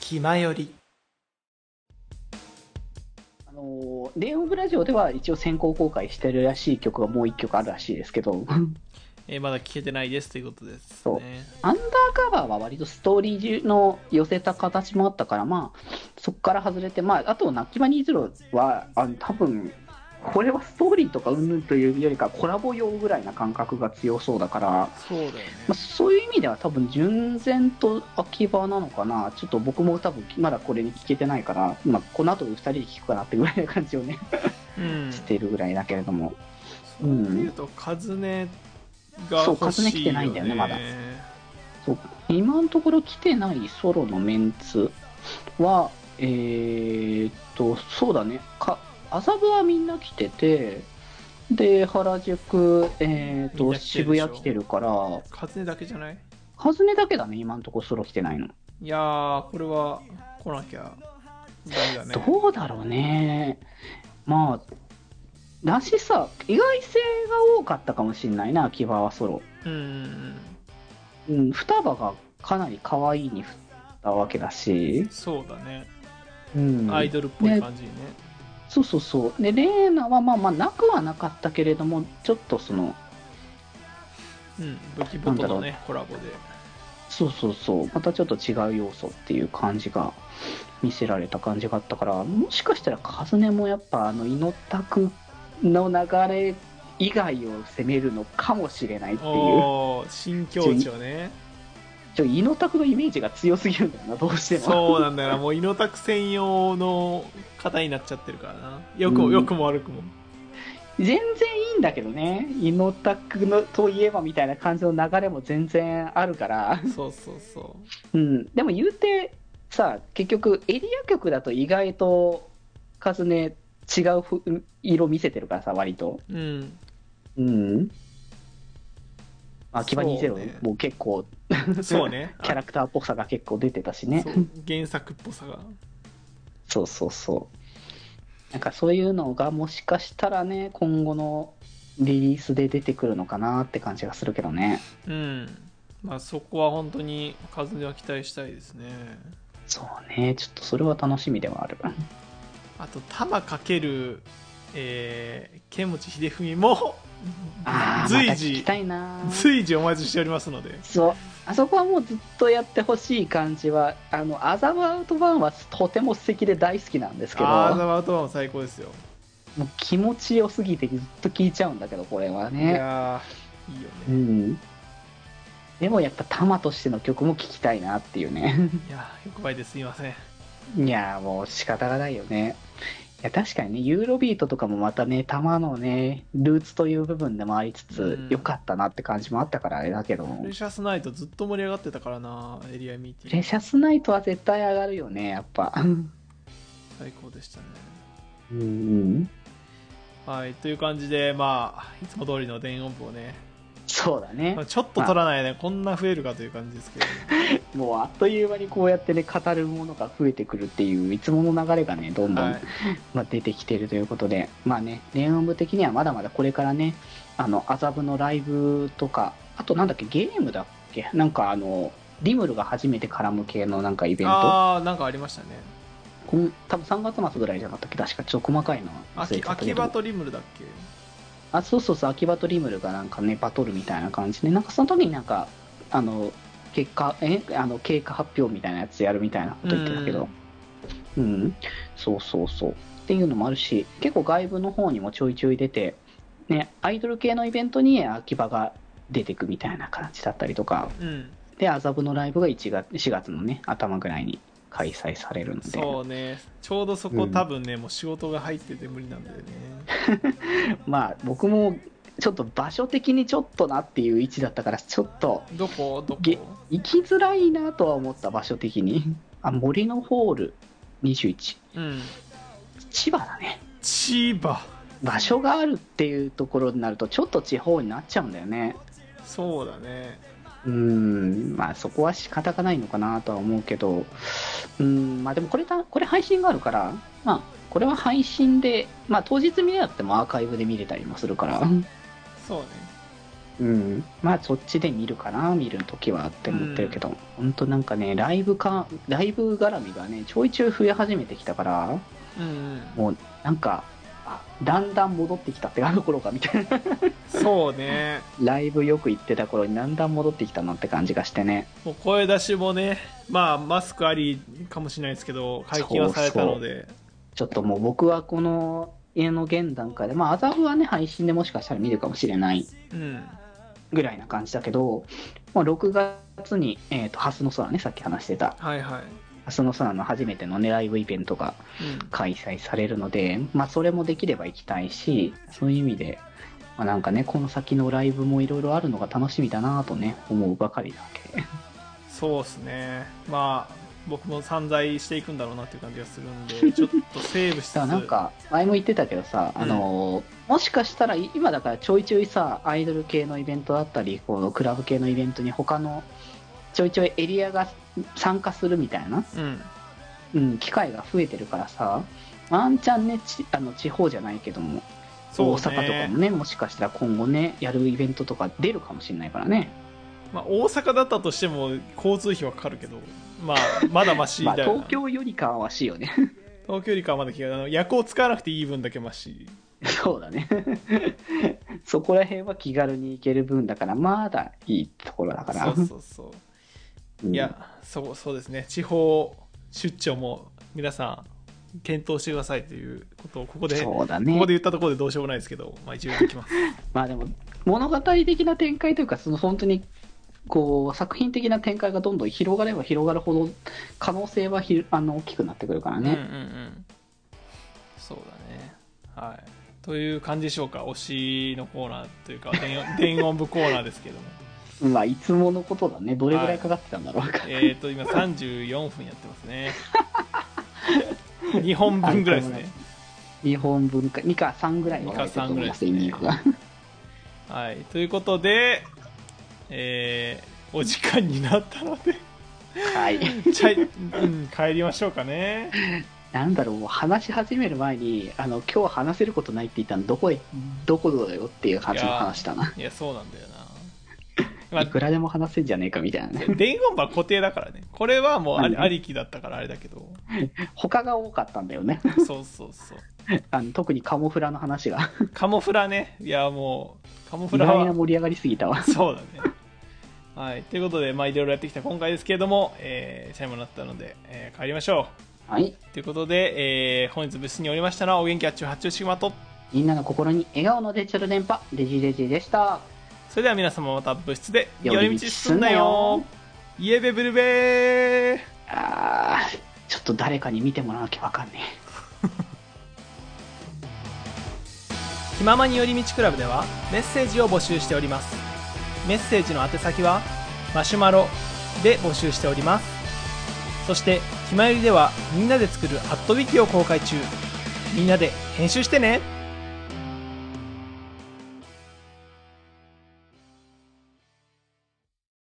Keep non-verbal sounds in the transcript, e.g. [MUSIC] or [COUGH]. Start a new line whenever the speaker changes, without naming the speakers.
気まより
あのー、レインオブラジオでは一応先行公開してるらしい曲がもう一曲あるらしいです
[LAUGHS]
けど、
えーまだ聞けてないですということです
そう
ね
アンダーカバーは割とストーリーの寄せた形もあったから、まあ、そこから外れて、まあ、あと、ナッキマニーズロは、あの多分これはストーリーとかうんぬんというよりか、コラボ用ぐらいな感覚が強そうだから、ま
そうだよね
あ、そういう意味では、多分純然と秋葉なのかな、ちょっと僕も多分まだこれに聞けてないから、まあ、この後2人で聞くかなってぐらいな感じをね、
うん
してるぐらいだけれども、
そういうとカズネが
そう
欲しい
カズネ来てないんだよねまだ
ね
今のところ来てないソロのメンツは、えー、っと、そうだね、か麻布はみんな来てて、で、原宿、えー、っ
みん
と、
な来てるでしょ
渋谷来てるから、
カズネだけじゃない
カズネだけだね、今のところソロ来てないの。
いやーこれは来なきゃダメだね
どうだろうね。まあ、だしさ、意外性が多かったかもしれないな、秋葉はソロ。
うんうん
うん、双葉がかなり可愛いに振ったわけだ
う
し
ん、そうだね
うん、
アイドルっぽい感じね
そうそうそう。で、レーナはまあまあなくはなかったけれども、ちょっとその、
うん武器ボトのねコラボで
そうそうそう、またちょっと違う要素っていう感じが見せられた感じがあったから、もしかしたらカズネもやっぱあの、イノタクの流れ以外を攻めるのかもしれないっていう。
おー新境地をね
ちょ、イノタクのイメージが強すぎるんだよな、どうしても。
そうなんだよなもう猪拓専用の型になっちゃってるからなよく
う
も
ん
よくも悪くも
[LAUGHS] 全然いいんだけどね、イノタクのといえばみたいな感じの流れも全然あるから。
そうそうそ
うん、でも言うてさ結局エリア局だと意外とカズネ違うふ色見せてるからさ割と
ううん
うん秋葉
そうね
20も結構
そうね
キャラクターっぽさが結構出てたしね
そう原作っぽさが
そうそうそうなんかそういうのがもしかしたらね今後のリリースで出てくるのかなって感じがするけどね
うんまあそこは本当に数には期待したいですね
そうねちょっとそれは楽しみではある
あと玉かけるえー、剣持秀文も
ああま
随
た
時
聞きたいな
随時お待ちしておりますので
そうあそこはもうずっとやってほしい感じはあのアザワートバーンはとても素敵で大好きなんですけど
あーザワートワンも最高ですよ、
もう気持ちよすぎてずっと聞いちゃうんだけどこれはいね
やーいいよ
う
ね
んでもやっぱタマとしての曲も聴きたいなっていう [LAUGHS] ね
いやー欲張りですいません
いやーもう仕方がないよねいや確かにねユーロビートとかもまたねタマのねルーツという部分でもありつつ
うん
良かったなって感じもあったからあれだけど
プレシャスナイトずっと盛り上がってたからなエリアミーテ
プ
ィン
レ
グ
シャスナイトは絶対上がるよねやっぱうん
最高でしたね
うん
はいという感じでまあいつも通りの電音部をね
そうだね
まあちょっと取らないね、こんな増えるかという感じですけど、
もうあっという間にこうやってね語るものが増えてくるっていういつもの流れがねどんど
は
ん、
い、
まあ、出てきてるということでまあね電音部的にはまだまだこれからねあの麻布のライブとかあとなんだっけゲームだっけなんかあのリムルが初めて絡む系のなんかイベント
ああなんかありましたね
こん多分3月末ぐらいじゃなかったっけ確かちょっと細かいな忘れ
秋
ちゃったけ
秋
ど
葉とリムルだっけ
あそうそうそう秋葉とリムルがなんかねバトルみたいな感じでなんかその時になんかあの結果えあの経過発表みたいなやつやるみたいなこと言ってたけどうん、そうそうそうっていうのもあるし結構外部の方にもちょいちょい出てねアイドル系のイベントに秋葉が出てくみたいな感じだったりとか
うん
で麻布のライブが1月4月のね頭ぐらいに開催されるので
そうねちょうどそこ、
うん
多分ねもう仕事が入ってて無理なんだよね
[LAUGHS] まあ僕もちょっと場所的にちょっとなっていう位置だったからちょっと
どこどこ
げ行きづらいなとは思った場所的にあ森のホール21
うん
千葉だね
千葉
場所があるっていうところになるとちょっと地方になっちゃうんだよね
そうだね
うーんまあそこは仕方がないのかなとは思うけどうーんまあでもこれたこれ配信があるからまあこれは配信でまあ当日見れなくてもアーカイブで見れたりもするから
そうね
うん、まあそっちで見るかな見る時はって思ってるけど、ほんとなんかねライブかライブ絡みがねちょいちょい増え始めてきたから
うんうん、
もうなんかあだんだん戻ってきたってあの頃かみたいな [LAUGHS]
そうね
ライブよく行ってた頃にだんだん戻ってきたなって感じがしてね
もう声出しもね、まあ、マスクありかもしれないですけど解禁はされたので
ちょっともう僕はこの家の現段階でまあ麻布はね配信でもしかしたら見るかもしれない
うん
ぐらいな感じだけど、まあ、6月に、えー、とハスの空ねさっき話してた
はいはい、
ハスの空の初めてのねライブイベントが開催されるので、まあ、それもできれば行きたいしそういう意味で、まあ、なんかねこの先のライブもいろいろあるのが楽しみだなとね思うばかりだけ [LAUGHS]
うん、そうですねまあ僕も散財していくんだろうなっていう感じがするん
[LAUGHS]
でちょっとセーブしつつ
だからなんか前も言ってたけどさ、あのもしかしたらい今だからちょいちょいさアイドル系のイベントだったりこのクラブ系のイベントに他のちょいちょいエリアが参加するみたいな、
うん
うん、機会が増えてるからさワンチャンねちあの地方じゃないけども
そうね
大阪とかもねもしかしたら今後ねやるイベントとか出るかもしれないからね、
まあ、大阪だったとしても交通費はかかるけど、まあ、まだましみ
まあ、
たいな、
東京よりかはわしいよね [LAUGHS]
東京よりかはまだ気があの夜行使わなくていい分だけまし
そうだねそこら辺は気軽に行ける分だからまだいいところだから
そうそうそううんいやそうそうですね地方出張も皆さん検討してくださいということをここで、こ
そうだね
こで言ったところでどうしようもないですけど、まあ、一応行きます
まあでも物語的な展開というかその本当にこう作品的な展開がどんどん広がれば広がるほど可能性はひあの大きくなってくるから
うんうんう
ね、
んそうだねはいという感じでしょうか推しのコーナーというか電 [LAUGHS] 音電音部コーナーですけども
まあいつものことだねどれぐらいかかってたんだろうか、
えっ、ー、と
[LAUGHS]
今34分やってますね [LAUGHS] 2本分ぐらいですね
日本文化2か3ぐらいは割れてると思います
二か三
ニ
ぐ
コ
ら
が
はい、ということで、えーお時間になったので、
はい
ちゃい、うん、帰りましょうかね。
なんだろう、もう話し始める前に、あの、今日話せることないって言ったの、どこへ、どこだよっていう感じの話だな。
いや、そうなんだよな。
い
ま
くらでも話せんじゃねえかみたいなね。
あ、伝言は固定だからね。これはもうあり
うん
ありきだったからあれだけど。
他が多かったんだ
[LAUGHS]
よね。
そうそうそう。
あの特にカモフラの話が。
カモフラね。いや、もう、カモ
意
フラ
外な
は。
盛り上がりすぎたわ。
そうだね。はい、ということで、まあ、いろいろやってきた今回ですけれども、えー、最後になったので、えー帰りましょ
はい。
う。ということで、えー本日部室におりましたのは、お元気あっちゅう八中シグマと、
みんなの心に笑顔のデジタル電波、デジデジでした。
それでは皆様また部室で寄
寄
り
り
道
道
す
す
ん
ん
な
な
よ
よ
イエベブルベー
あー、ちょっと誰かに見てもらわなきゃわかんねえ。
気ままに寄り道クラブではメッセージを募集しておりますメッセージの宛先はマシュマロで募集しておりますそして「ひまより」ではみんなで作る「アットウィキを公開中みんなで編集してね